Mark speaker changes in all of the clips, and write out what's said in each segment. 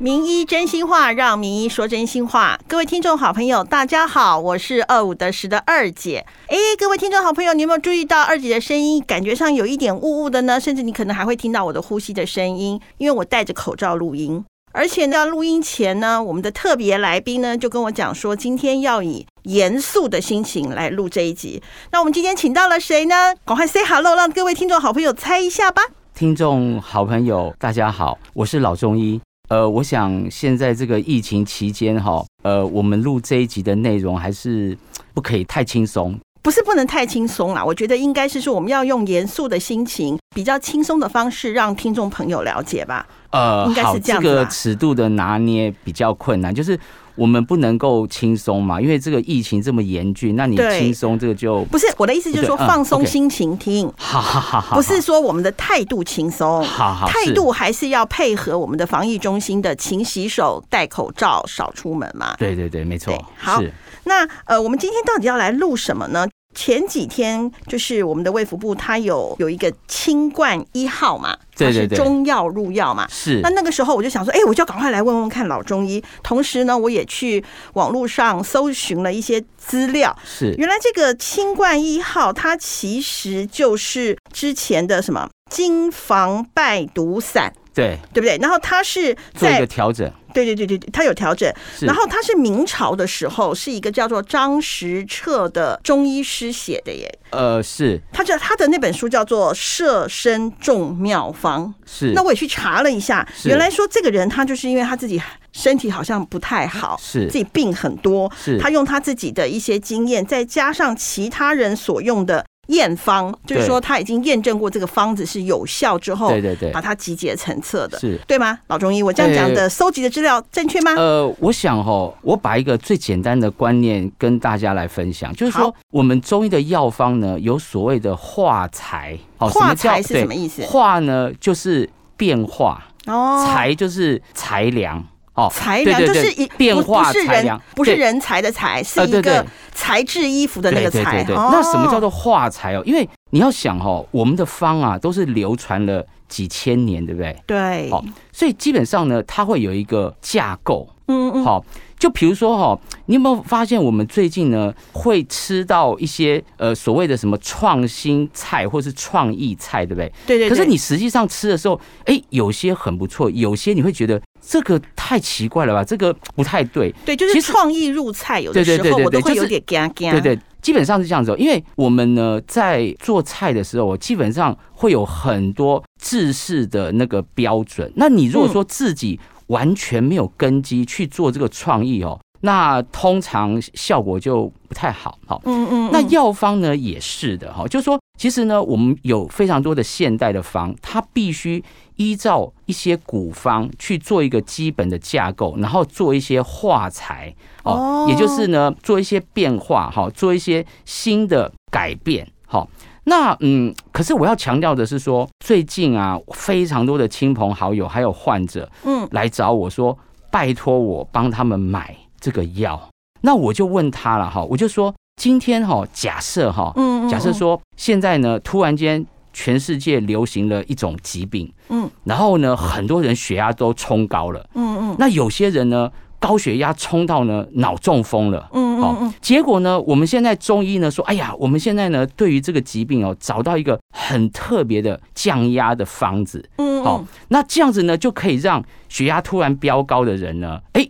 Speaker 1: 医真心话，让名医说真心话。各位听众好朋友，大家好，我是二五得十的二姐。哎，各位听众好朋友，你有没有注意到二姐的声音感觉上有一点雾雾的呢？甚至你可能还会听到我的呼吸的声音，因为我戴着口罩录音。而且呢，录音前呢，我们的特别来宾呢就跟我讲说，今天要以严肃的心情来录这一集。那我们今天请到了谁呢？赶快 say hello，让各位听众好朋友猜一下吧。
Speaker 2: 听众好朋友，大家好，我是老中医。呃，我想现在这个疫情期间哈，呃，我们录这一集的内容还是不可以太轻松。
Speaker 1: 不是不能太轻松啦，我觉得应该是说我们要用严肃的心情，比较轻松的方式让听众朋友了解吧。
Speaker 2: 呃，
Speaker 1: 应该是
Speaker 2: 好，
Speaker 1: 这样子
Speaker 2: 个
Speaker 1: 吧
Speaker 2: 尺度的拿捏比较困难，就是我们不能够轻松嘛，因为这个疫情这么严峻，那你
Speaker 1: 对
Speaker 2: 轻松这个就
Speaker 1: 不是我的意思，就是说
Speaker 2: 对嗯
Speaker 1: 放松
Speaker 2: OK
Speaker 1: 心情听，
Speaker 2: 哈哈哈哈，
Speaker 1: 不是说我们的态度轻松。
Speaker 2: 好好
Speaker 1: 态
Speaker 2: 是
Speaker 1: 度还是要配合我们的防疫中心的勤洗手、戴口罩、少出门嘛。
Speaker 2: 对对对，没错
Speaker 1: 对，好
Speaker 2: 是
Speaker 1: 那呃，我们今天到底要来录什么呢？前几天就是我们的卫福部，它有有一个清冠一号嘛，它
Speaker 2: 对
Speaker 1: 是
Speaker 2: 对对
Speaker 1: 中药入药嘛。
Speaker 2: 是
Speaker 1: 那那个时候我就想说，哎、我就赶快来问问看老中医。同时呢，我也去网络上搜寻了一些资料，
Speaker 2: 是
Speaker 1: 原来这个清冠一号，它其实就是之前的什么金防败毒散，
Speaker 2: 对，
Speaker 1: 对不对？然后它是
Speaker 2: 做一
Speaker 1: 在
Speaker 2: 个调整
Speaker 1: 对对对对对，它有调整。
Speaker 2: 是，
Speaker 1: 然后它是明朝的时候，是一个叫做张时彻的中医师写的耶。
Speaker 2: 呃是
Speaker 1: 他这他的那本书叫做《舍身众妙方》。
Speaker 2: 是
Speaker 1: 那我也去查了一下，
Speaker 2: 是
Speaker 1: 原来说这个人他就是因为他自己身体好像不太好，
Speaker 2: 是
Speaker 1: 自己病很多，
Speaker 2: 是
Speaker 1: 他用他自己的一些经验，再加上其他人所用的验方，就是
Speaker 2: 对
Speaker 1: 说他已经验证过这个方子是有效之后，
Speaker 2: 对对对
Speaker 1: 把它集结成册的，
Speaker 2: 是
Speaker 1: 对吗？老中医，我这样讲的
Speaker 2: 呃
Speaker 1: 搜集的资料正确吗？
Speaker 2: 呃，我想哦，我把一个最简单的观念跟大家来分享，就是
Speaker 1: 好
Speaker 2: 说我们中医的药方呢，有所谓的化财。哦
Speaker 1: 化
Speaker 2: 叫
Speaker 1: 财是
Speaker 2: 对
Speaker 1: 什么意思
Speaker 2: 化呢，就是变化；
Speaker 1: 哦，
Speaker 2: 财就是裁呃量。哦，
Speaker 1: 裁量
Speaker 2: 对
Speaker 1: 就
Speaker 2: 对
Speaker 1: 是
Speaker 2: 对
Speaker 1: 一
Speaker 2: 变化
Speaker 1: 不是
Speaker 2: 裁量
Speaker 1: 人，，不是
Speaker 2: 对
Speaker 1: 人才的才，是
Speaker 2: 呃
Speaker 1: 一
Speaker 2: 对
Speaker 1: 个
Speaker 2: 对
Speaker 1: 裁制衣服的那个
Speaker 2: 对
Speaker 1: 裁。
Speaker 2: 对对对
Speaker 1: 哦
Speaker 2: 那什么叫做化财哦？因为你要想哦，我们的方啊都是流传了几千年，对不对？
Speaker 1: 对？
Speaker 2: 好所以基本上呢，它会有一个架构。
Speaker 1: 嗯嗯，
Speaker 2: 好、就比如说哈、你有没有发现我们最近呢会吃到一些呃所谓的什么创新菜或是创意菜，对不对？
Speaker 1: 对对。
Speaker 2: 可是
Speaker 1: 对
Speaker 2: 你实际上吃的时候，哎，有些很不错，有些你会觉得这个太奇怪了吧，这个不太对。
Speaker 1: 对，就是
Speaker 2: 其实
Speaker 1: 创意入菜，有的
Speaker 2: 对对
Speaker 1: 时候
Speaker 2: 对对
Speaker 1: 我都
Speaker 2: 对
Speaker 1: 会有
Speaker 2: 就是
Speaker 1: 点尴尬。
Speaker 2: 对对，基本上是这样子、哦，因为我们呢在做菜的时候，我基本上会有很多制式的那个标准。那你如果说自己完全没有根基去做这个创意哦，那通常效果就不太好。哦好、
Speaker 1: 嗯，嗯嗯，
Speaker 2: 那药方呢也是的哈、哦，就是说，其实呢，我们有非常多的现代的方，它必须依照一些古方去做一个基本的架构，然后做一些化材
Speaker 1: 哦
Speaker 2: 哦，也就是呢做一些变化哈、做一些新的改变哈、那嗯，可是我要强调的是说，最近啊，非常多的亲朋好友还有患者，
Speaker 1: 嗯，
Speaker 2: 来找我说，拜托我帮他们买这个药。那我就问他了哈，我就说今天哈，假设哈，
Speaker 1: 嗯嗯
Speaker 2: 假设
Speaker 1: 嗯
Speaker 2: 说现在呢，突然间全世界流行了一种疾病，
Speaker 1: 嗯，
Speaker 2: 然后呢，很多人血压都冲高了，
Speaker 1: 嗯嗯
Speaker 2: 那有些人呢，高血压冲到呢脑中风了。
Speaker 1: 嗯
Speaker 2: 好、
Speaker 1: 嗯嗯，
Speaker 2: 结果呢，我们现在中医呢说，哎呀，我们现在呢对于这个疾病哦，找到一个很特别的降压的方子，
Speaker 1: 嗯
Speaker 2: 好、，那这样子呢，就可以让血压突然飙高的人呢，哎、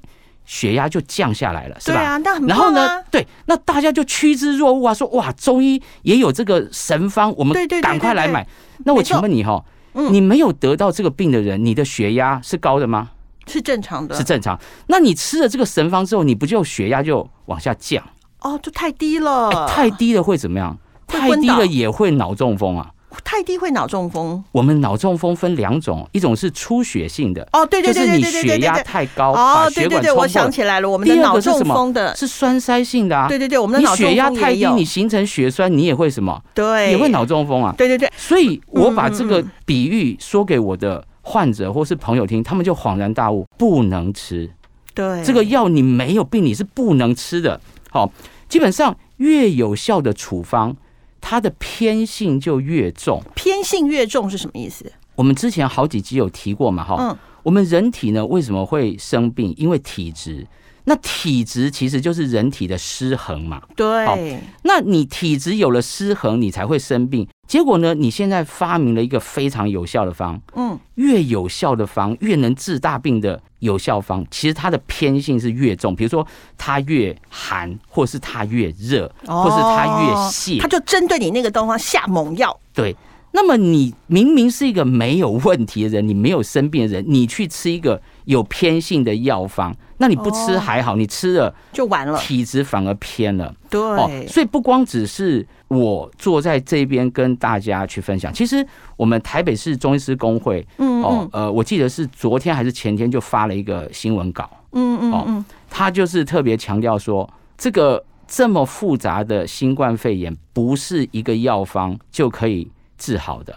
Speaker 2: 血压就降下来了，是
Speaker 1: 对
Speaker 2: 吧？
Speaker 1: 啊，那很
Speaker 2: 然后
Speaker 1: 棒
Speaker 2: 呢
Speaker 1: 啊？，
Speaker 2: 对，那大家就趋之若鹜啊，说哇，中医也有这个神方，我们
Speaker 1: 对对对
Speaker 2: 赶快来买。那我
Speaker 1: 没错
Speaker 2: 请问你哈
Speaker 1: 嗯，
Speaker 2: 你没有得到这个病的人，你的血压是高的吗？
Speaker 1: 是正常的，
Speaker 2: 是正常。那你吃了这个神方之后，你不就血压就往下降？
Speaker 1: 哦，就太低了
Speaker 2: 哎，太低了会怎么样？
Speaker 1: 呃会
Speaker 2: 太
Speaker 1: 昏
Speaker 2: 低
Speaker 1: 倒
Speaker 2: 了也会脑中风啊。
Speaker 1: 太低会脑中风。
Speaker 2: 我们脑中风分两种，一种是出血性的，
Speaker 1: 哦，对
Speaker 2: 就
Speaker 1: 对对
Speaker 2: 是
Speaker 1: 对
Speaker 2: 你
Speaker 1: 对对对
Speaker 2: 血压
Speaker 1: 对。
Speaker 2: 太高，
Speaker 1: 哦
Speaker 2: 把，
Speaker 1: 对
Speaker 2: 血
Speaker 1: 对
Speaker 2: 管
Speaker 1: 对，
Speaker 2: 冲
Speaker 1: 我
Speaker 2: 破
Speaker 1: 想
Speaker 2: 了。
Speaker 1: 起来了，我们的
Speaker 2: 第二
Speaker 1: 脑
Speaker 2: 个是
Speaker 1: 中
Speaker 2: 什么
Speaker 1: 风的，
Speaker 2: 是栓塞性的啊。
Speaker 1: 对对对，我们的
Speaker 2: 你
Speaker 1: 脑中
Speaker 2: 血压
Speaker 1: 风
Speaker 2: 太
Speaker 1: 也
Speaker 2: 低，
Speaker 1: 有
Speaker 2: 你，形成血栓，你也会什么？
Speaker 1: 对，
Speaker 2: 也会脑中风啊。
Speaker 1: 对对对，
Speaker 2: 所以我把这
Speaker 1: 嗯
Speaker 2: 个
Speaker 1: 嗯
Speaker 2: 比喻说给我的患者或是朋友听，他们就恍然大悟，不能吃
Speaker 1: 对，
Speaker 2: 这个药，你没有病你是不能吃的。好，基本上越有效的处方，它的偏性就越重。
Speaker 1: 偏性越重是什么意思？
Speaker 2: 我们之前好几集有提过嘛，哈，
Speaker 1: 嗯
Speaker 2: 我们人体呢为什么会生病？因为体质。那体质其实就是人体的失衡嘛。好
Speaker 1: 对，
Speaker 2: 那你体质有了失衡，你才会生病。结果呢，你现在发明了一个非常有效的方，
Speaker 1: 嗯，
Speaker 2: 越有效的方，越能治大病的有效方，其实它的偏性是越重。比如说，它越寒，或是它越热，或是它越
Speaker 1: 哦
Speaker 2: 泻。
Speaker 1: 他就针对你那个东方下猛药，
Speaker 2: 对，那么你明明是一个没有问题的人，你没有生病的人，你去吃一个有偏性的药方，那你不吃
Speaker 1: 哦
Speaker 2: 还好，你吃了
Speaker 1: 就完了。
Speaker 2: 体质反而偏了。
Speaker 1: 哦
Speaker 2: 哦
Speaker 1: 对，
Speaker 2: 所以不光只是我坐在这边跟大家去分享，其实我们台北市中医师工会
Speaker 1: 嗯
Speaker 2: 哦
Speaker 1: 嗯，
Speaker 2: 呃，我记得是昨天还是前天就发了一个新闻稿，
Speaker 1: 嗯嗯
Speaker 2: 哦
Speaker 1: 嗯，
Speaker 2: 他就是特别强调说，这个这么复杂的新冠肺炎不是一个药方就可以治好的。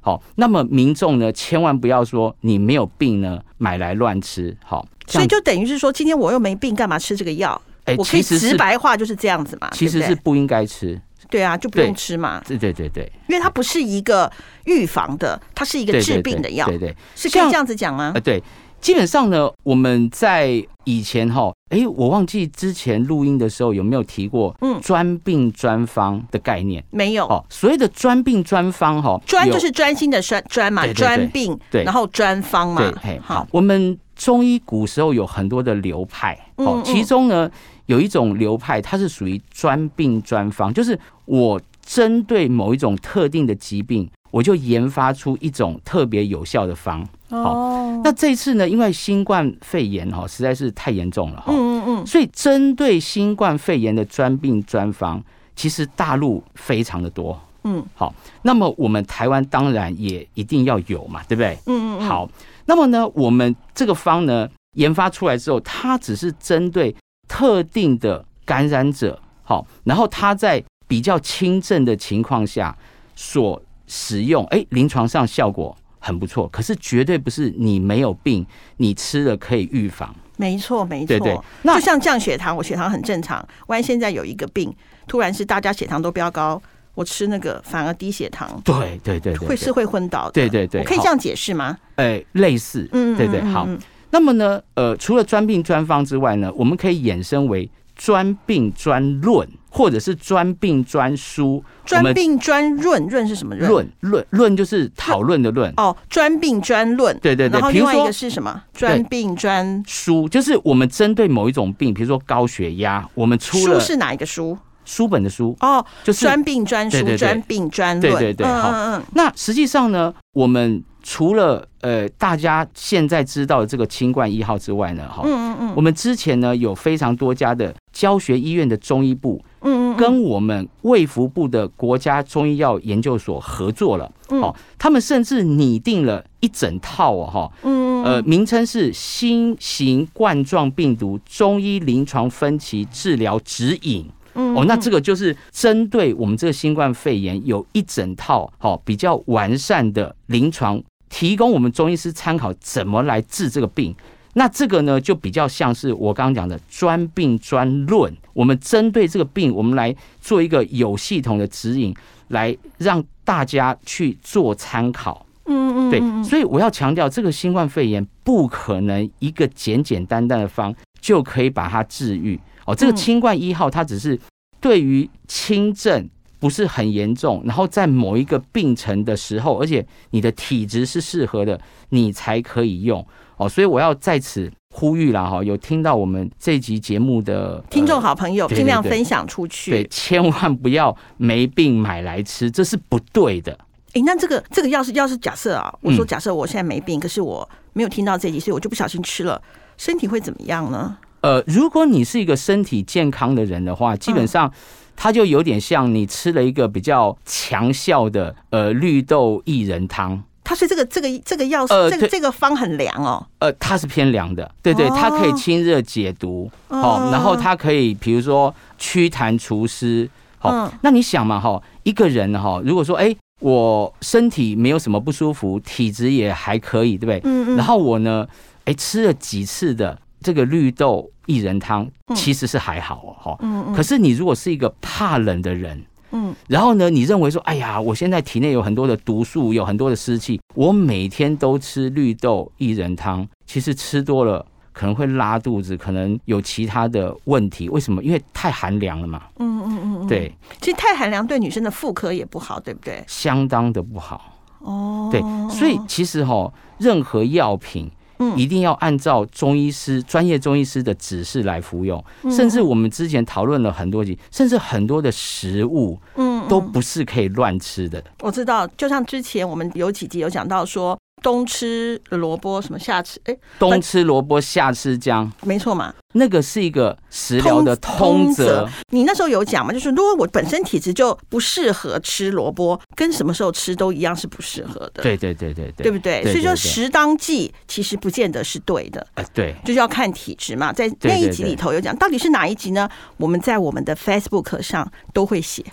Speaker 2: 好，那么民众呢，千万不要说你没有病呢，买来乱吃。好，这
Speaker 1: 所以
Speaker 2: 样
Speaker 1: 就等于是说，今天我又没病，干嘛吃这个药？
Speaker 2: 哎，
Speaker 1: 我可
Speaker 2: 其
Speaker 1: 以
Speaker 2: 实
Speaker 1: 直
Speaker 2: 是
Speaker 1: 白话就是这样子嘛，
Speaker 2: 其实
Speaker 1: 对
Speaker 2: 是
Speaker 1: 不对
Speaker 2: 不应该吃。
Speaker 1: 对啊，就不用
Speaker 2: 对
Speaker 1: 吃嘛，
Speaker 2: 对对对对，
Speaker 1: 因为它不是一个预防的，它是一
Speaker 2: 对
Speaker 1: 个
Speaker 2: 对
Speaker 1: 治
Speaker 2: 对
Speaker 1: 病的药，嗯
Speaker 2: 对对。
Speaker 1: 是可以这样子讲吗
Speaker 2: 呃，？对，基本上呢，我们在以前哈，诶，我忘记之前录音的时候有没有提过，
Speaker 1: 嗯
Speaker 2: 专病专方的概念。
Speaker 1: 没有，
Speaker 2: 哦，所谓的专病专方哈，
Speaker 1: 专
Speaker 2: 有
Speaker 1: 就是专心的专专嘛，
Speaker 2: 对对对
Speaker 1: 专病，
Speaker 2: 对
Speaker 1: 然后专方嘛
Speaker 2: 对，嘿，，好
Speaker 1: 好，，
Speaker 2: 我们中医古时候有很多的流派，
Speaker 1: 嗯嗯，
Speaker 2: 哦其中呢有一种流派，它是属于专病专方，就是我针对某一种特定的疾病，我就研发出一种特别有效的方。嗯好
Speaker 1: 哦，
Speaker 2: 那这次呢，因为新冠肺炎哈实在是太严重了哈，
Speaker 1: 嗯
Speaker 2: 哦
Speaker 1: 嗯嗯，
Speaker 2: 所以针对新冠肺炎的专病专方，其实大陆非常的多。
Speaker 1: 嗯，
Speaker 2: 好，那么我们台湾当然也一定要有嘛，对不对？
Speaker 1: 嗯嗯嗯，
Speaker 2: 好，那么呢，我们这个方呢研发出来之后，它只是针对特定的感染者，好，然后它在比较轻症的情况下所使用，哎，临床上效果很不错，可是绝对不是你没有病，你吃了可以预防。
Speaker 1: 没错没
Speaker 2: 对对
Speaker 1: 错，，
Speaker 2: 那
Speaker 1: 就像降血糖，我血糖很正常，万一现在有一个病，突然是大家血糖都飙高，我吃那个反而低血糖，
Speaker 2: 对对对对，
Speaker 1: 会是会昏倒的，
Speaker 2: 对对对
Speaker 1: 我可以这样解释吗？
Speaker 2: 哎类似，
Speaker 1: 嗯，嗯
Speaker 2: 对对
Speaker 1: 嗯嗯
Speaker 2: 好
Speaker 1: 嗯
Speaker 2: 那么呢，呃，除了专病专方之外呢，我们可以衍生为专病专论，或者是专病专书。我
Speaker 1: 专
Speaker 2: 们
Speaker 1: 病专论，论是什么论？
Speaker 2: 论论论就是讨论的论，
Speaker 1: 哦，专病专论，
Speaker 2: 对对
Speaker 1: 然
Speaker 2: 对
Speaker 1: 后
Speaker 2: 比
Speaker 1: 另
Speaker 2: 如
Speaker 1: 外一个
Speaker 2: 说
Speaker 1: 是什么？专病专
Speaker 2: 书就是我们针对某一种病，比如说高血压，我们出
Speaker 1: 书
Speaker 2: 了
Speaker 1: 是哪一个书？
Speaker 2: 书本的书，
Speaker 1: 哦，
Speaker 2: 就是
Speaker 1: 专病专
Speaker 2: 对对
Speaker 1: 书、
Speaker 2: 对
Speaker 1: 专病专论，
Speaker 2: 对对对
Speaker 1: 嗯
Speaker 2: 好
Speaker 1: 嗯嗯，
Speaker 2: 那实际上呢，我们除了呃大家现在知道的这个清冠一号之外呢，哈，
Speaker 1: 嗯嗯
Speaker 2: 我们之前呢有非常多家的教学医院的中医部，
Speaker 1: 嗯嗯，
Speaker 2: 跟我们卫福部的国家中医药研究所合作了，
Speaker 1: 嗯
Speaker 2: 哦，他们甚至拟定了一整套哦，哈，
Speaker 1: 嗯
Speaker 2: 呃，名称是《新型冠状病毒中医临床分期治疗指引》。
Speaker 1: 嗯
Speaker 2: 哦，那这个就是针对我们这个新冠肺炎有一整套好、哦、比较完善的临床，提供我们中医师参考怎么来治这个病。那这个呢，就比较像是我刚刚讲的专病专论，我们针对这个病，我们来做一个有系统的指引，来让大家去做参考。
Speaker 1: 嗯嗯
Speaker 2: 对，
Speaker 1: 嗯嗯
Speaker 2: 所以我要强调，这个新冠肺炎不可能一个简简单单的方就可以把它治愈。哦，这个
Speaker 1: 嗯
Speaker 2: 清冠一号它只是对于轻症不是很严重，然后在某一个病程的时候，而且你的体质是适合的，你才可以用。哦，所以我要在此呼吁啦，哈、有听到我们这集节目的
Speaker 1: 听众
Speaker 2: 呃
Speaker 1: 好朋友
Speaker 2: 对对
Speaker 1: 尽量
Speaker 2: 对
Speaker 1: 分享出
Speaker 2: 对，
Speaker 1: 去。
Speaker 2: 千万不要没病买来吃，这是不对的。
Speaker 1: 诶，那这个这个要是要是假设啊，我说
Speaker 2: 嗯
Speaker 1: 假设我现在没病，可是我没有听到这集，所以我就不小心吃了，身体会怎么样呢？
Speaker 2: 呃，如果你是一个身体健康的人的话，基
Speaker 1: 嗯
Speaker 2: 本上它就有点像你吃了一个比较强效的呃绿豆薏仁汤，
Speaker 1: 它是这个这个这个药是
Speaker 2: 呃
Speaker 1: 这个
Speaker 2: 对
Speaker 1: 这个方很凉哦，
Speaker 2: 呃，它是偏凉的，对对，
Speaker 1: 哦嗯
Speaker 2: 它可以清热解毒，哦，然后它可以比如说祛痰除湿，好、
Speaker 1: 嗯
Speaker 2: 那你想嘛，哈、一个人哈、如果说哎我身体没有什么不舒服，体质也还可以，对不对？
Speaker 1: 嗯嗯，
Speaker 2: 然后我呢，哎吃了几次的这个绿豆薏仁汤，
Speaker 1: 嗯
Speaker 2: 其实是还好哦，哈、
Speaker 1: 嗯嗯
Speaker 2: 可是你如果是一个怕冷的人，
Speaker 1: 嗯，
Speaker 2: 然后呢，你认为说，哎呀，我现在体内有很多的毒素，有很多的湿气，我每天都吃绿豆薏仁汤，其实吃多了可能会拉肚子，可能有其他的问题。为什么？因为太寒凉了嘛。嗯嗯嗯。对，
Speaker 1: 其实太寒凉对女生的妇科也不好，对不对？
Speaker 2: 相当的不好。
Speaker 1: 哦，
Speaker 2: 对，所以其实哈、任何药品。
Speaker 1: 嗯
Speaker 2: 一定要按照中医师、专业中医师的指示来服用，
Speaker 1: 嗯
Speaker 2: 甚至我们之前讨论了很多集，甚至很多的食物，
Speaker 1: 嗯，
Speaker 2: 都不是可以乱吃的。
Speaker 1: 我知道，就像之前我们有几集有讲到说，冬吃萝卜，什么夏吃，哎，
Speaker 2: 冬吃萝卜，夏吃姜，
Speaker 1: 没错嘛，
Speaker 2: 那个是一个食疗的
Speaker 1: 通
Speaker 2: 通则
Speaker 1: 通。你那时候有讲嘛，就是如果我本身体质就不适合吃萝卜，跟什么时候吃都一样是不适合的，
Speaker 2: 对对对对
Speaker 1: 对
Speaker 2: 对，
Speaker 1: 不对？
Speaker 2: 对
Speaker 1: 所以说
Speaker 2: 对
Speaker 1: 适当剂其实不见得是对的。
Speaker 2: 啊对，
Speaker 1: 就是要看体质嘛，在那一集里头有讲，到底是哪一集呢？我们在我们的 Facebook 上都会写。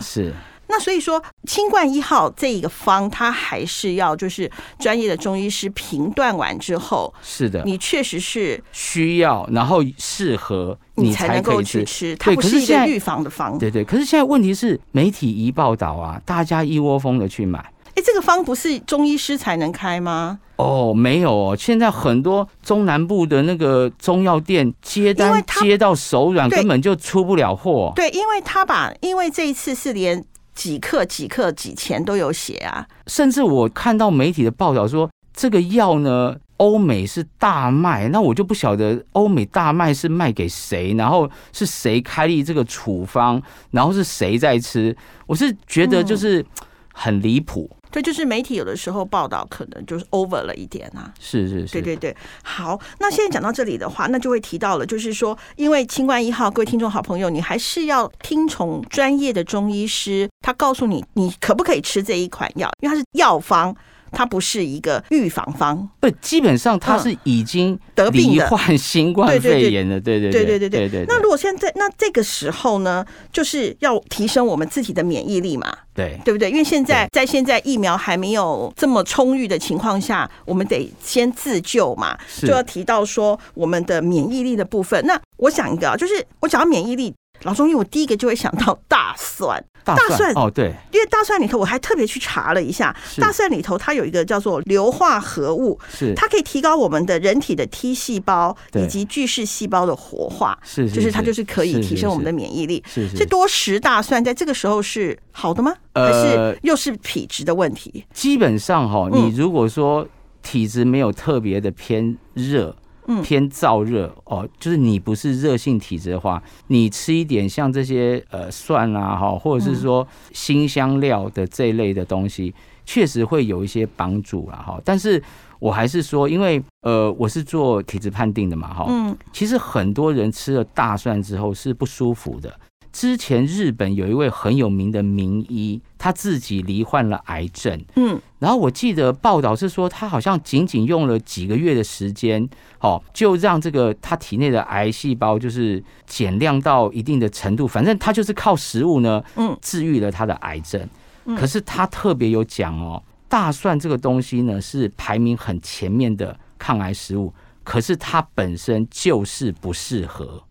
Speaker 2: 是
Speaker 1: 那所以说，新冠一号这一个方，它还是要就是专业的中医师评断完之后，
Speaker 2: 是的，
Speaker 1: 你确实是
Speaker 2: 需要，然后适合
Speaker 1: 你
Speaker 2: 你
Speaker 1: 才
Speaker 2: 才
Speaker 1: 能
Speaker 2: 可
Speaker 1: 够
Speaker 2: 以
Speaker 1: 去
Speaker 2: 吃。
Speaker 1: 吃，它
Speaker 2: 对
Speaker 1: 不
Speaker 2: 可
Speaker 1: 是
Speaker 2: 是
Speaker 1: 一
Speaker 2: 现
Speaker 1: 个
Speaker 2: 在
Speaker 1: 预防的方。
Speaker 2: 对对，可是现在问题是媒体一报道啊，大家一窝蜂的去买。
Speaker 1: 哎，这个方不是中医师才能开吗？
Speaker 2: 哦，没有哦，现在很多中南部的那个中药店接
Speaker 1: 因为
Speaker 2: 单
Speaker 1: 它
Speaker 2: 接到手软，
Speaker 1: 对
Speaker 2: 根本就出不了货。
Speaker 1: 对，因为他把，因为这一次是连几克、几克、几钱都有写啊。
Speaker 2: 甚至我看到媒体的报道说，这个药呢，欧美是大卖，那我就不晓得欧美大卖是卖给谁，然后是谁开立这个处方，然后是谁在吃，我是觉得
Speaker 1: 嗯
Speaker 2: 就是很离谱。
Speaker 1: 对，就是媒体有的时候报道可能就是 over 了一点啊。
Speaker 2: 是是是，
Speaker 1: 对对对，好，那现在讲到这里的话，那就会提到了，就是说，因为新冠一号，各位听众好朋友，你还是要听从专业的中医师，他告诉你你可不可以吃这一款药，因为它是药方，它不是一个预防方。
Speaker 2: 不，基本上他是已经
Speaker 1: 得病
Speaker 2: 罹
Speaker 1: 的
Speaker 2: 患新冠肺炎的，对对
Speaker 1: 对对
Speaker 2: 对
Speaker 1: 对对
Speaker 2: 对对。
Speaker 1: 那如果现在那这个时候呢，就是要提升我们自己的免疫力嘛，
Speaker 2: 对
Speaker 1: 对不对？因为现在在现在疫苗还没有这么充裕的情况下，我们得先自救嘛，
Speaker 2: 是
Speaker 1: 就要提到说我们的免疫力的部分。那我想一个啊，就是我讲到免疫力，老中医我第一个就会想到大蒜，
Speaker 2: 大
Speaker 1: 大蒜
Speaker 2: 哦，对，
Speaker 1: 因为大蒜里头我还特别去查了一下，
Speaker 2: 是
Speaker 1: 大蒜里头它有一个叫做硫化合物，
Speaker 2: 是
Speaker 1: 它可以提高我们的人体的 T 细胞
Speaker 2: 对
Speaker 1: 以及巨噬细胞的活化，
Speaker 2: 是，
Speaker 1: 就是它就是可以提升我们的
Speaker 2: 是
Speaker 1: 免疫力。
Speaker 2: 是是
Speaker 1: 这多食大蒜在这个时候是好的吗？还
Speaker 2: 呃
Speaker 1: 是又是体质的问题？
Speaker 2: 基本上哈、
Speaker 1: 嗯
Speaker 2: 你如果说体质没有特别的偏热，
Speaker 1: 嗯
Speaker 2: 偏燥热哦，就是你不是热性体质的话，你吃一点像这些呃蒜啊哈，或者是说
Speaker 1: 嗯
Speaker 2: 辛香料的这一类的东西，确实会有一些帮助啦哈。但是我还是说，因为呃我是做体质判定的嘛哈，
Speaker 1: 嗯，
Speaker 2: 其实很多人吃了大蒜之后是不舒服的。之前日本有一位很有名的名医，他自己罹患了癌症，
Speaker 1: 嗯，
Speaker 2: 然后我记得报道是说，他好像仅仅用了几个月的时间，哦，就让这个他体内的癌细胞就是减量到一定的程度，反正他就是靠食物呢，
Speaker 1: 嗯，
Speaker 2: 治愈了他的癌症。
Speaker 1: 嗯
Speaker 2: 可是他特别有讲哦，大蒜这个东西呢是排名很前面的抗癌食物，可是它本身就是不适合。哦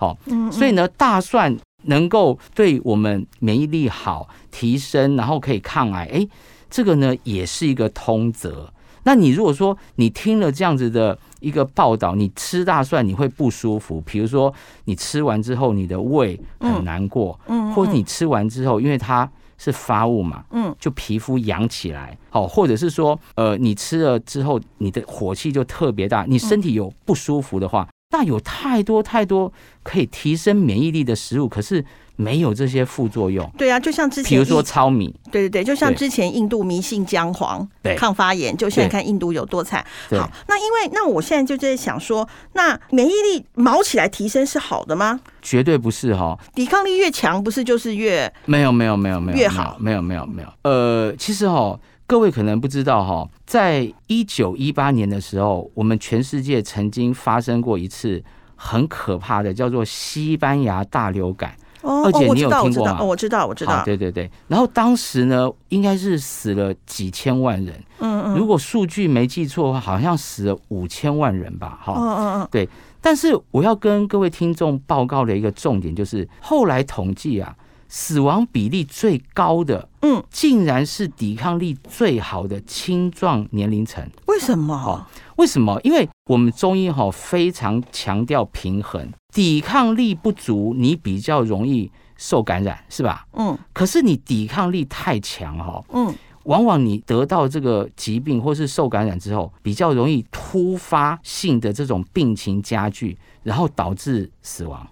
Speaker 2: 好、
Speaker 1: 嗯
Speaker 2: 所以呢，大蒜能够对我们免疫力好，提升，然后可以抗癌，诶，这个呢也是一个通则。那你如果说你听了这样子的一个报道，你吃大蒜你会不舒服，比如说你吃完之后你的胃很难过，
Speaker 1: 嗯，
Speaker 2: 或者你吃完之后因为它是发物嘛，
Speaker 1: 嗯，
Speaker 2: 就皮肤痒起来，好，或者是说呃你吃了之后你的火气就特别
Speaker 1: 嗯
Speaker 2: 大，你身体有不舒服的话，那有太多太多可以提升免疫力的食物，可是没有这些副作用，
Speaker 1: 对啊，就像之前
Speaker 2: 比如说
Speaker 1: 印，
Speaker 2: 糙米，
Speaker 1: 对对对，就像
Speaker 2: 对
Speaker 1: 之前印度迷信姜黄
Speaker 2: 对
Speaker 1: 抗发炎，就现在
Speaker 2: 对
Speaker 1: 看印度有多惨。
Speaker 2: 对
Speaker 1: 好，那因为那我现在就在想说，那免疫力毛起来提升是好的吗？
Speaker 2: 绝对不是哈、
Speaker 1: 抵抗力越强，不是就是越
Speaker 2: 没有没有没有没有
Speaker 1: 越好
Speaker 2: 没有没有没有没有。呃，其实哈，各位可能不知道哈，在一九一八年的时候，我们全世界曾经发生过一次很可怕的，叫做西班牙大流感。
Speaker 1: 哦
Speaker 2: 二姐
Speaker 1: 我
Speaker 2: 你
Speaker 1: 知
Speaker 2: 有
Speaker 1: 道，我
Speaker 2: 听
Speaker 1: 知
Speaker 2: 过
Speaker 1: 道，
Speaker 2: 吗
Speaker 1: 哦我知道，我知
Speaker 2: 好
Speaker 1: 道，
Speaker 2: 对对对。然后当时呢，应该是死了几千万人。
Speaker 1: 嗯嗯
Speaker 2: 如果数据没记错的话，好像死了五千万人吧。哈、
Speaker 1: 嗯嗯嗯，
Speaker 2: 但是我要跟各位听众报告的一个重点就是，后来统计啊，死亡比例最高的，
Speaker 1: 嗯，
Speaker 2: 竟然是抵抗力最好的青壮年龄层。
Speaker 1: 为什么？
Speaker 2: 哦，为什么？因为我们中医哈、非常强调平衡，抵抗力不足，你比较容易受感染，是吧？
Speaker 1: 嗯
Speaker 2: 可是你抵抗力太强哈、
Speaker 1: 嗯，
Speaker 2: 往往你得到这个疾病或是受感染之后，比较容易突发性的这种病情加剧，然后导致死亡，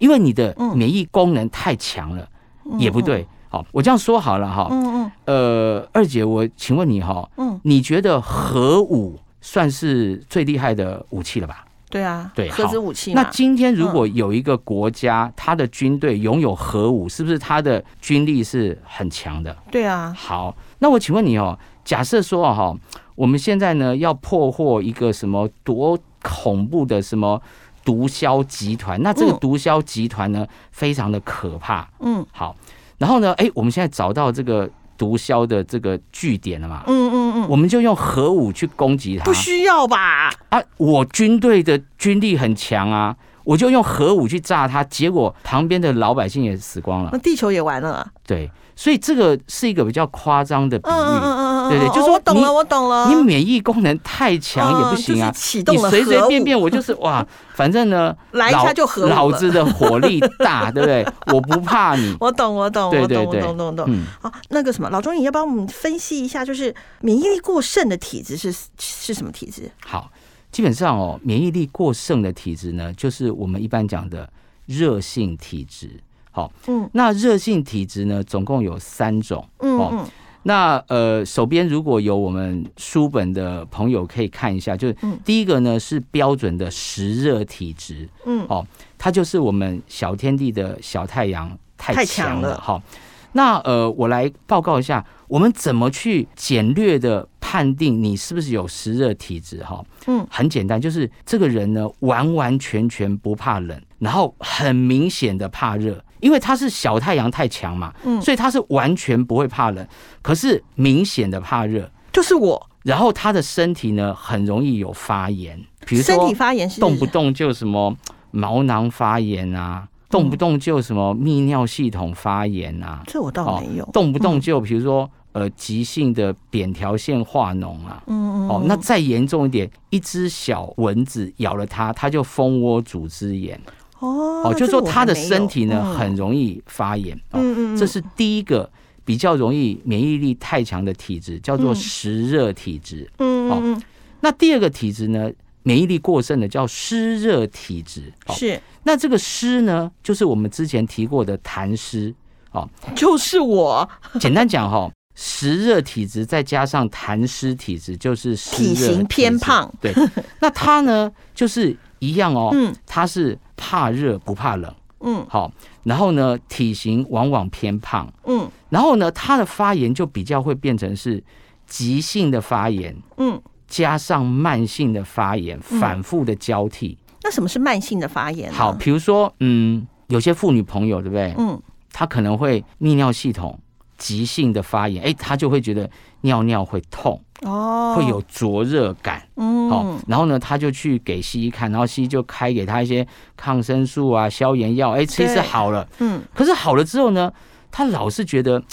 Speaker 2: 因为你的
Speaker 1: 嗯
Speaker 2: 免疫功能太强了，
Speaker 1: 嗯
Speaker 2: 也不。对。好，我这样说好了哈。
Speaker 1: 嗯嗯
Speaker 2: 呃，二姐，我请问你哈，
Speaker 1: 嗯，
Speaker 2: 你觉得核武算是最厉害的武器了吧？
Speaker 1: 对啊，
Speaker 2: 对
Speaker 1: 核
Speaker 2: 好
Speaker 1: 子武器
Speaker 2: 那
Speaker 1: 嘛，嗯
Speaker 2: 今天如果有一个国家，它的军队拥有核武，是不是它的军力是很强的？
Speaker 1: 对啊，
Speaker 2: 好，那我请问你哦，假设说哦哈，我们现在呢要破获一个什么多恐怖的什么毒枭集团，那这个
Speaker 1: 嗯
Speaker 2: 毒枭集团呢非常的可怕。
Speaker 1: 嗯
Speaker 2: 好，然后呢，哎，我们现在找到这个毒枭的这个据点了嘛？
Speaker 1: 嗯嗯嗯，
Speaker 2: 我们就用核武去攻击他
Speaker 1: 不需要吧？
Speaker 2: 啊！我军队的军力很强啊，我就用核武去炸他，结果旁边的老百姓也死光了
Speaker 1: 那。地球也完了。
Speaker 2: 对，所以这个是一个比较夸张的比
Speaker 1: 嗯嗯
Speaker 2: 喻。
Speaker 1: 嗯嗯，
Speaker 2: 对对
Speaker 1: 嗯
Speaker 2: 就
Speaker 1: 哦
Speaker 2: 说
Speaker 1: 我懂
Speaker 2: 你
Speaker 1: 了，我懂了。
Speaker 2: 你免疫功能太强也不行啊
Speaker 1: 啊嗯就，是启动
Speaker 2: 你
Speaker 1: 了
Speaker 2: 随随
Speaker 1: 核
Speaker 2: 便
Speaker 1: 武
Speaker 2: 便我就是 哇，反正呢，
Speaker 1: 来一
Speaker 2: 老
Speaker 1: 下就核武
Speaker 2: 老
Speaker 1: 了
Speaker 2: 子的火力 大，对不对？我不怕你。
Speaker 1: 我懂，我懂，
Speaker 2: 对
Speaker 1: 我
Speaker 2: 对
Speaker 1: 懂，我
Speaker 2: 对
Speaker 1: 懂，懂懂。
Speaker 2: 嗯，
Speaker 1: 好，那个什么，老钟，你要帮我们分析一下，就是免疫力过剩的体质是是什么体质？
Speaker 2: 好，基本上哦，免疫力过剩的体质呢，就是我们一般讲的热性体质。好，
Speaker 1: 嗯
Speaker 2: 那热性体质呢，总共有三种。
Speaker 1: 嗯
Speaker 2: 哦
Speaker 1: 嗯
Speaker 2: 那呃，手边如果有我们书本的朋友可以看一下，就是
Speaker 1: 嗯
Speaker 2: 第一个呢是标准的实热体质，
Speaker 1: 嗯
Speaker 2: 哦，它就是我们小天地的小太阳太
Speaker 1: 太
Speaker 2: 强
Speaker 1: 强
Speaker 2: 了，
Speaker 1: 了
Speaker 2: 好。那呃，我来报告一下，我们怎么去简略的判定你是不是有实热体质哈？
Speaker 1: 嗯，
Speaker 2: 很简单，就是这个人呢完完全全不怕冷，然后很明显的怕热，因为他是小太阳太强嘛，
Speaker 1: 嗯
Speaker 2: 所以他是完全不会怕冷，可是明显的怕热，
Speaker 1: 就是我
Speaker 2: 然后他的身体呢很容易有发炎，比如
Speaker 1: 身
Speaker 2: 说
Speaker 1: 体发炎是
Speaker 2: 动不动就什么毛囊发炎啊，动不动就什么泌尿系统发炎啊，
Speaker 1: 这我倒没有。
Speaker 2: 动不动就比如说呃急性的扁桃腺化脓啊。
Speaker 1: 嗯嗯
Speaker 2: 哦，那再严重一点，一只小蚊子咬了它，它就蜂窝组织炎。
Speaker 1: 哦
Speaker 2: 哦，就
Speaker 1: 这
Speaker 2: 说
Speaker 1: 我
Speaker 2: 它
Speaker 1: 还
Speaker 2: 的
Speaker 1: 没有
Speaker 2: 身体呢、
Speaker 1: 嗯
Speaker 2: 很容易发炎。哦，
Speaker 1: 嗯嗯嗯
Speaker 2: 这是第一个比较容易免疫力太强的体质，叫做
Speaker 1: 嗯
Speaker 2: 实热体质。
Speaker 1: 嗯
Speaker 2: 哦
Speaker 1: 嗯
Speaker 2: 那第二个体质呢，免疫力过剩的叫湿热体质。
Speaker 1: 嗯
Speaker 2: 哦，
Speaker 1: 是
Speaker 2: 那这个湿呢，就是我们之前提过的痰湿。
Speaker 1: 就是我
Speaker 2: 简单讲哈、 哦，湿热体质再加上痰湿体质，就是湿热
Speaker 1: 体型
Speaker 2: 质
Speaker 1: 偏胖。
Speaker 2: 对，那它呢，就是一样哦，
Speaker 1: 嗯
Speaker 2: 它是怕热不怕冷。
Speaker 1: 嗯
Speaker 2: 好、然后呢，体型往往偏胖，
Speaker 1: 嗯
Speaker 2: 然后呢，它的发炎就比较会变成是急性的发炎，
Speaker 1: 嗯，
Speaker 2: 加上慢性的发炎，反复的交替。
Speaker 1: 那什么是慢嗯性的发炎呢？
Speaker 2: 好，比如说，嗯，有些妇女朋友，对不对？
Speaker 1: 嗯
Speaker 2: 她可能会泌尿系统急性的发炎，哎，她就会觉得尿尿会痛，
Speaker 1: 哦
Speaker 2: 会有灼热感。好、
Speaker 1: 嗯
Speaker 2: 然后呢，她就去给西医看，然后西医就开给她一些抗生素啊、消炎药，哎，吃一吃
Speaker 1: 对
Speaker 2: 好了。
Speaker 1: 嗯
Speaker 2: 可是好了之后呢，她老是觉得嘖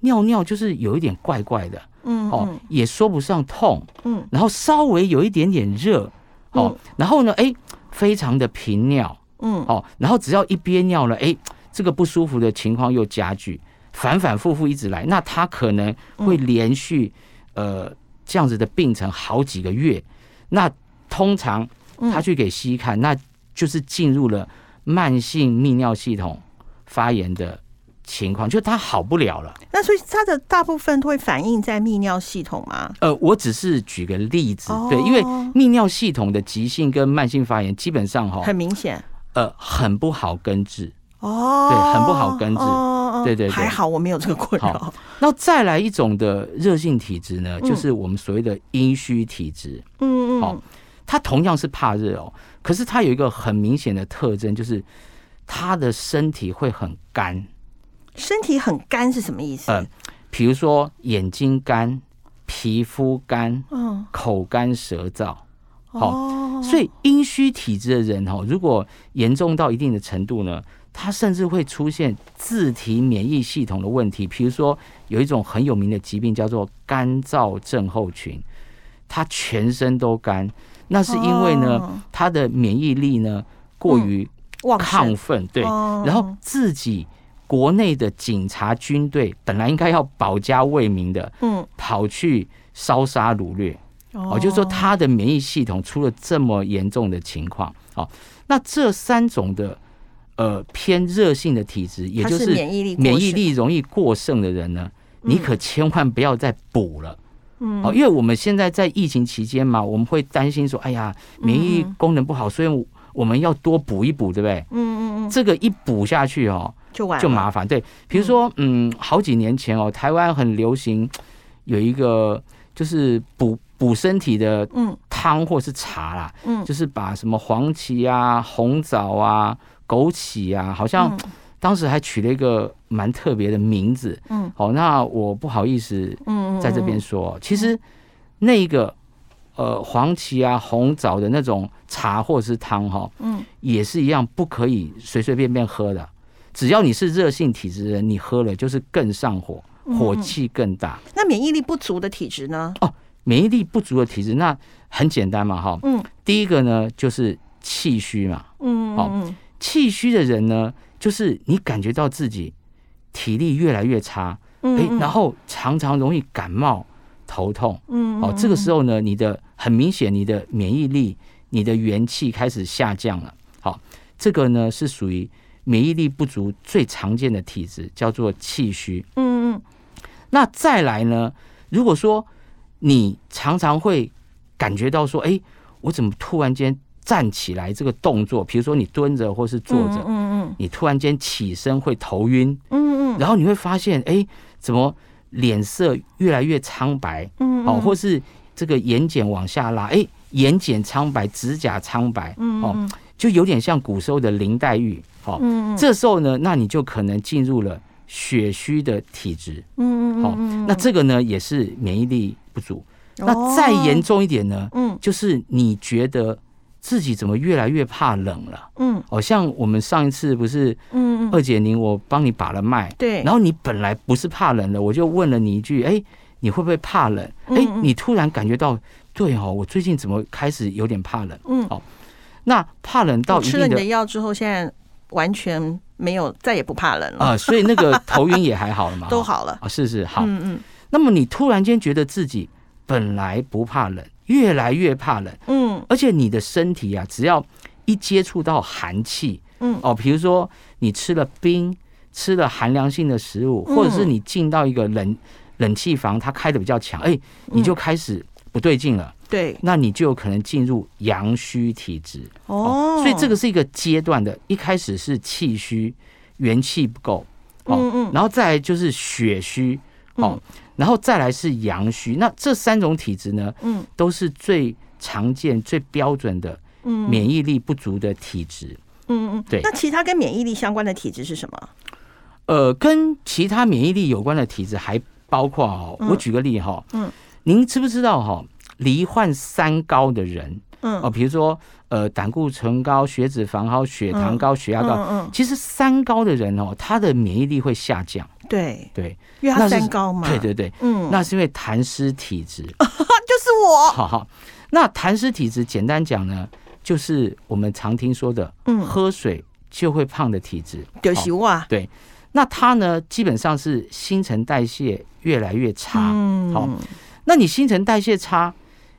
Speaker 2: 尿尿就是有一点怪怪的，
Speaker 1: 嗯
Speaker 2: 哦，
Speaker 1: 嗯
Speaker 2: 也说不上痛，
Speaker 1: 嗯
Speaker 2: 然后稍微有一点点热，哦，然后呢，哎，非常的频尿，
Speaker 1: 嗯
Speaker 2: 哦，然后只要一憋尿了，哎，这个不舒服的情况又加剧，反反复复一直来，那他可能会
Speaker 1: 嗯
Speaker 2: 连续、呃这样子的病程好几个月，那通常
Speaker 1: 嗯
Speaker 2: 他去给西医看，那就是进入了慢性泌尿系统发炎的情况，就他好不了了。
Speaker 1: 那所以它的大部分都会反映在泌尿系统吗？
Speaker 2: 呃，我只是举个例子，
Speaker 1: 哦
Speaker 2: 对，因为泌尿系统的急性跟慢性发炎基本上哈、
Speaker 1: 很明显
Speaker 2: 呃，很不好根治。
Speaker 1: 哦，
Speaker 2: 对很不好根治
Speaker 1: 哦
Speaker 2: 对对对
Speaker 1: 还好我没有这个困扰
Speaker 2: 好。那再来一种的热性体质呢，
Speaker 1: 嗯
Speaker 2: 就是我们所谓的阴虚体质，
Speaker 1: 嗯
Speaker 2: 好它同样是怕热哦，可是它有一个很明显的特征，就是它的身体会很干，
Speaker 1: 身体很干是什么意思？
Speaker 2: 呃，比如说眼睛干、皮肤干、
Speaker 1: 嗯，
Speaker 2: 口干舌燥。好
Speaker 1: 哦，
Speaker 2: 所以阴虚体质的人哦，如果严重到一定的程度呢，它甚至会出现自体免疫系统的问题。比如说，有一种很有名的疾病叫做干燥症候群，它全身都干，那是因为呢
Speaker 1: 哦，
Speaker 2: 它的免疫力呢过于
Speaker 1: 旺
Speaker 2: 亢
Speaker 1: 盛，
Speaker 2: 奋，对，
Speaker 1: 哦
Speaker 2: 然后自己国内的警察军队本来应该要保家卫民的，
Speaker 1: 嗯，
Speaker 2: 跑去烧杀掳掠，
Speaker 1: 哦
Speaker 2: 哦，就是说他的免疫系统出了这么严重的情况，哦，那这三种的呃偏热性的体质，也
Speaker 1: 它
Speaker 2: 就是
Speaker 1: 免疫力过
Speaker 2: 免疫
Speaker 1: 剩
Speaker 2: 力容易过剩的人呢，你可千万不要再补了。
Speaker 1: 嗯
Speaker 2: 哦，因为我们现在在疫情期间嘛，我们会担心说，哎呀，
Speaker 1: 嗯
Speaker 2: 免疫功能不好，所以我们要多补一补，对不对？
Speaker 1: 嗯嗯嗯，
Speaker 2: 这个一补下去哦，
Speaker 1: 就完了
Speaker 2: 就麻烦。对，比如说，嗯，好几年前哦，台湾很流行有一个就是补补身体的
Speaker 1: 嗯
Speaker 2: 汤或是茶啦，
Speaker 1: 嗯
Speaker 2: 就是把什么黄芪啊、红枣啊、枸杞啊，好像当时还取了一个蛮特别的名字。
Speaker 1: 嗯，
Speaker 2: 好，那我不好意思
Speaker 1: 嗯嗯
Speaker 2: 在这边说，哦其实那一个。呃，黄芪啊、红枣的那种茶或者是汤哈、
Speaker 1: 嗯
Speaker 2: 也是一样，不可以随随便便喝的。只要你是热性体质的人，你喝了就是更上火，
Speaker 1: 嗯
Speaker 2: 火气更大。
Speaker 1: 那免疫力不足的体质呢？
Speaker 2: 免疫力不足的体质，那很简单嘛，哈。
Speaker 1: 嗯。
Speaker 2: 第一个呢，就是气虚嘛。
Speaker 1: 嗯，
Speaker 2: 好
Speaker 1: 嗯
Speaker 2: 气虚的人呢，就是你感觉到自己体力越来越差，
Speaker 1: 嗯
Speaker 2: 哎、
Speaker 1: 嗯
Speaker 2: 然后常常容易感冒、头痛。
Speaker 1: 嗯，
Speaker 2: 哦，这个时候呢，你的很明显，你的免疫力、你的元气开始下降了。好，这个呢是属于免疫力不足最常见的体质，叫做气虚。
Speaker 1: 嗯嗯
Speaker 2: 那再来呢，如果说你常常会感觉到说，哎，我怎么突然间站起来这个动作，比如说你蹲着或是坐着，
Speaker 1: 嗯嗯
Speaker 2: 你突然间起身会头晕，
Speaker 1: 嗯嗯
Speaker 2: 然后你会发现，哎，怎么脸色越来越苍白？
Speaker 1: 嗯，
Speaker 2: 哦，或是这个眼睑往下拉，哎，眼睑苍白，指甲苍白，哦，就有点像古时候的林黛玉，哦，
Speaker 1: 嗯
Speaker 2: 这时候呢，那你就可能进入了血虚的体质，
Speaker 1: 嗯
Speaker 2: 哦，那这个呢也是免疫力不足。那再
Speaker 1: 哦
Speaker 2: 严重一点呢，
Speaker 1: 嗯
Speaker 2: 就是你觉得自己怎么越来越怕冷了？
Speaker 1: 嗯
Speaker 2: 哦，像我们上一次不是
Speaker 1: 嗯嗯，
Speaker 2: 二姐您我帮你把了脉，
Speaker 1: 对，
Speaker 2: 然后你本来不是怕冷的，我就问了你一句，哎，你会不会怕冷？
Speaker 1: 嗯
Speaker 2: 哎
Speaker 1: 嗯，
Speaker 2: 你突然感觉到，对哦，我最近怎么开始有点怕冷？哦
Speaker 1: 嗯
Speaker 2: 那怕冷到一
Speaker 1: 吃了
Speaker 2: 定
Speaker 1: 你的
Speaker 2: 的。
Speaker 1: 药之后，现在完全没有，再也不怕冷了，
Speaker 2: 啊、所以那个头晕也还 好了嘛，
Speaker 1: 都好了。
Speaker 2: 啊，是是好。
Speaker 1: 嗯嗯
Speaker 2: 那么你突然间觉得自己本来不怕冷，越来越怕冷，
Speaker 1: 嗯
Speaker 2: 而且你的身体啊，只要一接触到寒气，
Speaker 1: 嗯
Speaker 2: 哦，比如说你吃了冰，吃了寒凉性的食物，或者是
Speaker 1: 嗯
Speaker 2: 你进到一个冷冷气房，它开的比较强，
Speaker 1: 嗯
Speaker 2: 哎，你就开始不对劲了，
Speaker 1: 对
Speaker 2: 那你就有可能进入阳虚体质。
Speaker 1: 哦，
Speaker 2: 所以这
Speaker 1: 个
Speaker 2: 个是一个阶段的，一开始是气虚，元气不够，哦
Speaker 1: 嗯嗯
Speaker 2: 然后再来就是血虚，哦，然后再来是阳虚。那这三种体质呢，
Speaker 1: 嗯，
Speaker 2: 都是最常见、最标准的，嗯，免疫力不足的体质。
Speaker 1: 嗯嗯
Speaker 2: 对
Speaker 1: 那其他跟免疫力相关的体质是什么？
Speaker 2: 呃，跟其他免疫力有关的体质还包括哦，我举个例哈、
Speaker 1: 嗯，
Speaker 2: 您知不知道哈、罹患三高的人，
Speaker 1: 嗯
Speaker 2: 哦，比如说呃胆固醇高、血脂肪高、血糖高、血压高，
Speaker 1: 嗯
Speaker 2: 其实三高的人哦，他的免疫力会下降。
Speaker 1: 嗯，对，
Speaker 2: 对，
Speaker 1: 因为
Speaker 2: 那
Speaker 1: 它
Speaker 2: 是
Speaker 1: 三高嘛，
Speaker 2: 对，对对，
Speaker 1: 嗯，哦
Speaker 2: 那是因为痰湿体质。
Speaker 1: 就是我，
Speaker 2: 好好，那痰湿体质简单讲呢，就是我们常听说的，
Speaker 1: 嗯
Speaker 2: 喝水就会胖的体质。
Speaker 1: 就是
Speaker 2: 好
Speaker 1: 我啊，
Speaker 2: 对，那它呢，基本上是新陈代谢越来越差。
Speaker 1: 嗯，
Speaker 2: 好，那你新陈代谢差，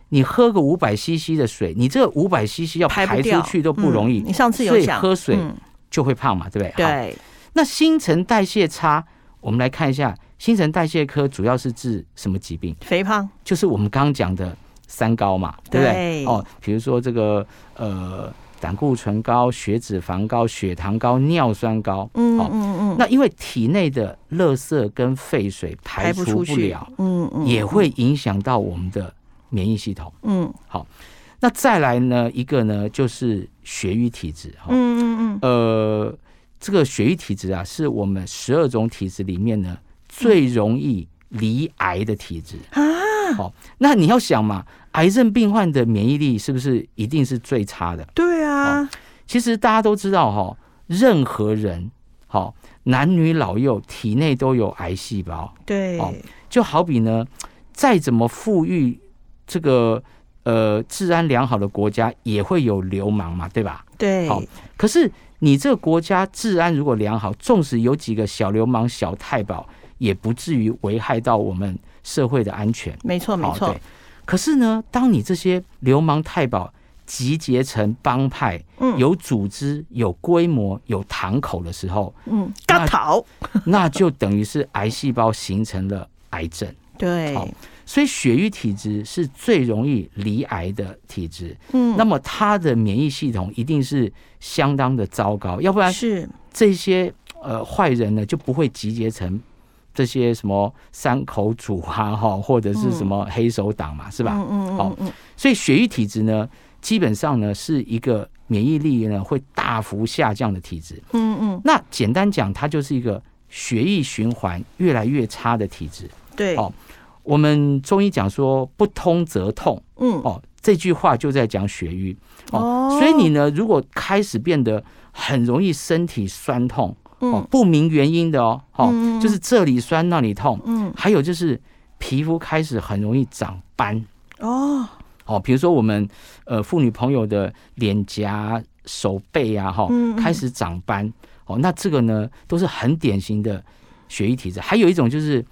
Speaker 2: 你喝个五百 CC 的水，你这五百 CC 要
Speaker 1: 排不
Speaker 2: 排出
Speaker 1: 掉
Speaker 2: 去都不容易，
Speaker 1: 嗯你上次有
Speaker 2: 所以
Speaker 1: 讲
Speaker 2: 喝水
Speaker 1: 嗯
Speaker 2: 就会胖嘛，对不对？好。
Speaker 1: 对，
Speaker 2: 那新陈代谢差，我们来看一下新陈代谢科主要是治什么疾病？
Speaker 1: 肥胖，
Speaker 2: 就是我们刚刚讲的三高嘛，对不对？
Speaker 1: 对
Speaker 2: 哦，比如说这个呃胆固醇高、血脂肪高、血糖高、尿酸高。
Speaker 1: 嗯
Speaker 2: 哦
Speaker 1: 嗯嗯，
Speaker 2: 那因为体内的垃圾跟废水排
Speaker 1: 排不
Speaker 2: 除
Speaker 1: 出
Speaker 2: 不
Speaker 1: 去
Speaker 2: 了，，
Speaker 1: 嗯嗯，
Speaker 2: 也会影响到我们的免疫系统。
Speaker 1: 嗯
Speaker 2: 那再来呢，一个呢就是血瘀体质哈。哦
Speaker 1: 嗯嗯嗯，
Speaker 2: 呃，这个血瘀体质啊，是我们十二种体质里面呢最容易罹癌的体质
Speaker 1: 嗯
Speaker 2: 啊。好、那你要想嘛，癌症病患的免疫力是不是一定是最差的？
Speaker 1: 对啊，
Speaker 2: 其实大家都知道哈、任何人，好、男女老幼体内都有癌细胞，
Speaker 1: 对，
Speaker 2: 哦就好比呢，再怎么富裕这个呃治安良好的国家，也会有流氓嘛，对吧？
Speaker 1: 对，
Speaker 2: 好可是你这个国家治安如果良好，纵使有几个小流氓、小太保，也不至于危害到我们社会的安全。
Speaker 1: 没错，没
Speaker 2: 好
Speaker 1: 错
Speaker 2: 对，可是呢，当你这些流氓太保集结成帮派，
Speaker 1: 嗯
Speaker 2: 有组织、有规模、有堂口的时 候，
Speaker 1: 嗯，嘎桃，
Speaker 2: 那就等于是癌细胞形成了癌症。
Speaker 1: 对，
Speaker 2: 好所以血瘀体质是最容易罹癌的体质，
Speaker 1: 嗯，
Speaker 2: 那么它的免疫系统一定是相当的糟糕，要不然
Speaker 1: 是，
Speaker 2: 这些呃坏人呢就不会集结成这些什么山口组啊哈，或者是什么黑手党嘛，是
Speaker 1: 是
Speaker 2: 吧？
Speaker 1: 嗯嗯
Speaker 2: 好
Speaker 1: 嗯嗯，
Speaker 2: 所以血瘀体质呢，基本上呢是一个免疫力呢会大幅下降的体质。
Speaker 1: 嗯嗯，
Speaker 2: 那简单讲，它就是一个血液循环越来越差的体质。
Speaker 1: 对，
Speaker 2: 好我们中医讲说不通则痛
Speaker 1: 嗯，
Speaker 2: 哦，这句话就在讲血瘀。
Speaker 1: 哦
Speaker 2: 所以你呢，如果开始变得很容易身体酸痛，哦
Speaker 1: 嗯，
Speaker 2: 不明原因的哦，哦，
Speaker 1: 嗯嗯嗯
Speaker 2: 就是这里酸那里痛，
Speaker 1: 嗯，
Speaker 2: 还有就是皮肤开始很容易长斑，
Speaker 1: 哦，
Speaker 2: 哦，比如说我们呃妇女朋友的脸颊、手背啊，哈、
Speaker 1: 嗯嗯
Speaker 2: 开始长斑，哦，那这个呢都是很典型的血液体质。还有一种就是，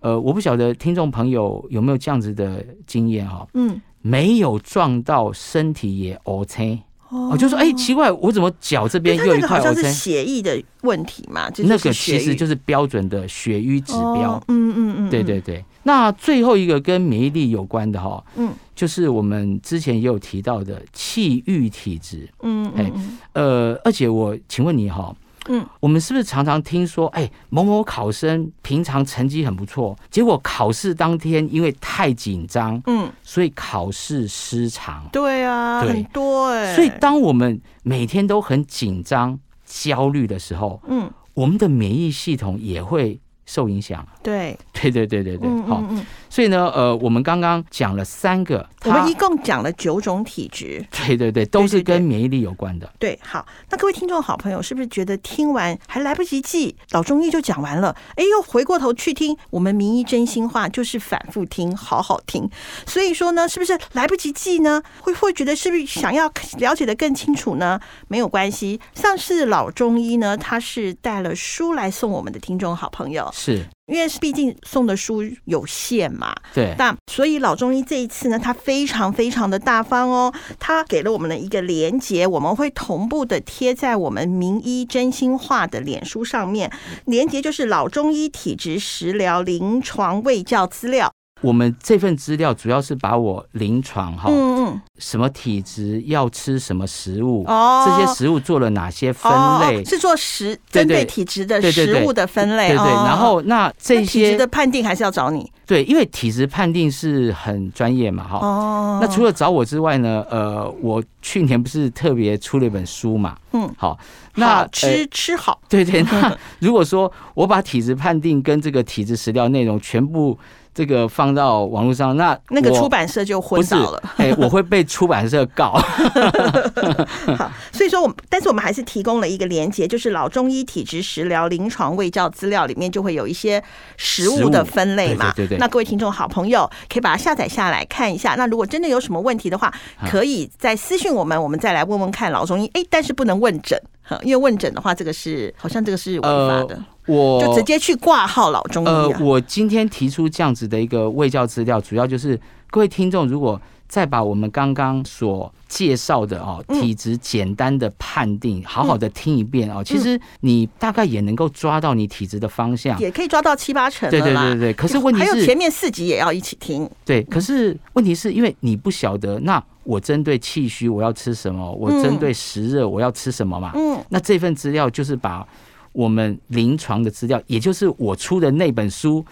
Speaker 2: 呃，我不晓得听众朋友有没有这样子的经验哦哈、
Speaker 1: 嗯，
Speaker 2: 没有撞到身体也 OK，
Speaker 1: 哦
Speaker 2: 哦，就说哎、奇怪，我怎么脚这边
Speaker 1: 它
Speaker 2: 又
Speaker 1: 那
Speaker 2: 一
Speaker 1: 个
Speaker 2: 块
Speaker 1: 好像是
Speaker 2: OK？
Speaker 1: 血液的问题嘛，就是
Speaker 2: 那个其实就是是标准的血瘀指
Speaker 1: 血液
Speaker 2: 标。
Speaker 1: 哦嗯嗯嗯，
Speaker 2: 对对对，那最后一个跟免疫力有关的哈，
Speaker 1: 嗯，
Speaker 2: 就是我们之前也有提到的气郁体质。
Speaker 1: 嗯，嗯
Speaker 2: 哎
Speaker 1: 嗯
Speaker 2: 呃，而且我请问你哈，
Speaker 1: 嗯，
Speaker 2: 我们是不是常常听说，哎，某某考生平常成绩很不错，结果考试当天因为太紧张，
Speaker 1: 嗯，
Speaker 2: 所以考试失常。
Speaker 1: 对啊，
Speaker 2: 对
Speaker 1: 很多哎，
Speaker 2: 所以当我们每天都很紧张、焦虑的时候，
Speaker 1: 嗯，
Speaker 2: 我们的免疫系统也会受影响。
Speaker 1: 对，
Speaker 2: 对对对对对，
Speaker 1: 嗯
Speaker 2: 好、
Speaker 1: 嗯嗯，
Speaker 2: 所以呢，呃，我们刚刚讲了三个，
Speaker 1: 我
Speaker 2: 它
Speaker 1: 们一共讲了九种体质，
Speaker 2: 对对对，都
Speaker 1: 对
Speaker 2: 是
Speaker 1: 对对
Speaker 2: 跟免疫力有关的。
Speaker 1: 对，好，那各位听众好朋友，是不是觉得听完还来不及记，老中医就讲完了？哎，又回过头去听我们名医真心话，就是反复听，好好听。所以说呢，是不是来不及记呢？会会觉得是不是想要了解的更清楚呢？没有关系，上次老中医呢，他是带了书来送我们的听众好朋友，
Speaker 2: 是，
Speaker 1: 因为毕竟送的书有限嘛，
Speaker 2: 对，
Speaker 1: 那所以老中医这一次呢，他非常非常的大方哦，他给了我们的一个连接，我们会同步的贴在我们名医真心话的脸书上面，连接就是老中医体质食疗临床卫教资料。
Speaker 2: 我们这份资料主要是把我临床哈、
Speaker 1: 嗯
Speaker 2: 什么体质要吃什么食物，
Speaker 1: 嗯，哦，
Speaker 2: 这些食物做了哪些分
Speaker 1: 哦
Speaker 2: 类，
Speaker 1: 哦是做食
Speaker 2: 对对
Speaker 1: 针对体质的
Speaker 2: 对对对
Speaker 1: 食物的分类，
Speaker 2: 对对，
Speaker 1: 哦
Speaker 2: 然后那
Speaker 1: 那
Speaker 2: 这
Speaker 1: 体质
Speaker 2: 些
Speaker 1: 的判定还是要找你
Speaker 2: 对，因为体质判定是很专业嘛哈。
Speaker 1: 哦。
Speaker 2: 那除了找我之外呢？呃，我去年不是特别出了一本书嘛？
Speaker 1: 嗯，
Speaker 2: 好，那
Speaker 1: 好吃、
Speaker 2: 呃
Speaker 1: 吃好，
Speaker 2: 对对， 那如果说我把体质判定跟这个体质食疗内容全部这个放到网络上，那
Speaker 1: 那个
Speaker 2: 我
Speaker 1: 出版社就
Speaker 2: 不
Speaker 1: 昏
Speaker 2: 是
Speaker 1: 倒了。，
Speaker 2: 哎，我会被出版社 告。
Speaker 1: 好，所以说我们，但是我们还是提供了一个连接，就是老中医体质食疗临床卫教资料里面就会有一些食物的分类嘛。
Speaker 2: 食物对对对对
Speaker 1: 那各位听众好朋友可以把它下载下来看一下。那如果真的有什么问题的话，可以再私信我们，我们再来问问看老中医。哎，但是不能问诊，呵因为问诊的话，这个是好像这个是违法的，
Speaker 2: 呃我
Speaker 1: 就直接去挂号老中医
Speaker 2: 呃，
Speaker 1: 啊。
Speaker 2: 我今天提出这样子的一个卫教资料，主要就是各位听众如果再把我们刚刚所介绍的哦
Speaker 1: 嗯
Speaker 2: 体质简单的判定，好好的听一遍哦，其实你大概也能够抓到你体质的方向。
Speaker 1: 也可以抓到七八成
Speaker 2: 对
Speaker 1: 了
Speaker 2: 对
Speaker 1: 啦。
Speaker 2: 对对，可是问题
Speaker 1: 还有
Speaker 2: 是
Speaker 1: 前面四集也要一起听，
Speaker 2: 对，可是问题是因为你不晓得，那我针对气虚我要吃什么，我针对湿热我要吃什么嘛？
Speaker 1: 嗯，
Speaker 2: 那这份资料就是把我们临床的资料，也就是我出的那本书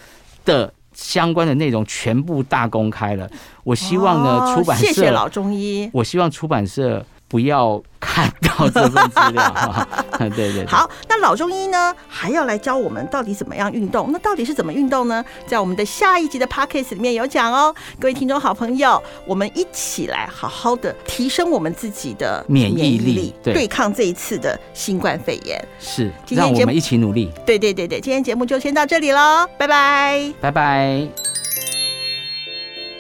Speaker 2: 的相关的内容全部大公开了。我希望呢，
Speaker 1: 哦
Speaker 2: 出版社，
Speaker 1: 谢谢老中医，
Speaker 2: 我希望出版社。不要看到这份资料。哈 对对对，
Speaker 1: 好，那老中医呢还要来教我们到底怎么样运动？那到底是怎么运动呢？在我们的下一集的 podcast 里面有讲哦，各位听众好朋友，我们一起来好好的提升我们自己的
Speaker 2: 免疫力对
Speaker 1: 对抗这一次的新冠肺炎。
Speaker 2: 是，
Speaker 1: 今天
Speaker 2: 让我
Speaker 1: 节目
Speaker 2: 们一起努力，
Speaker 1: 对对对对，今天节目就先到这里喽，拜拜。
Speaker 2: 拜拜。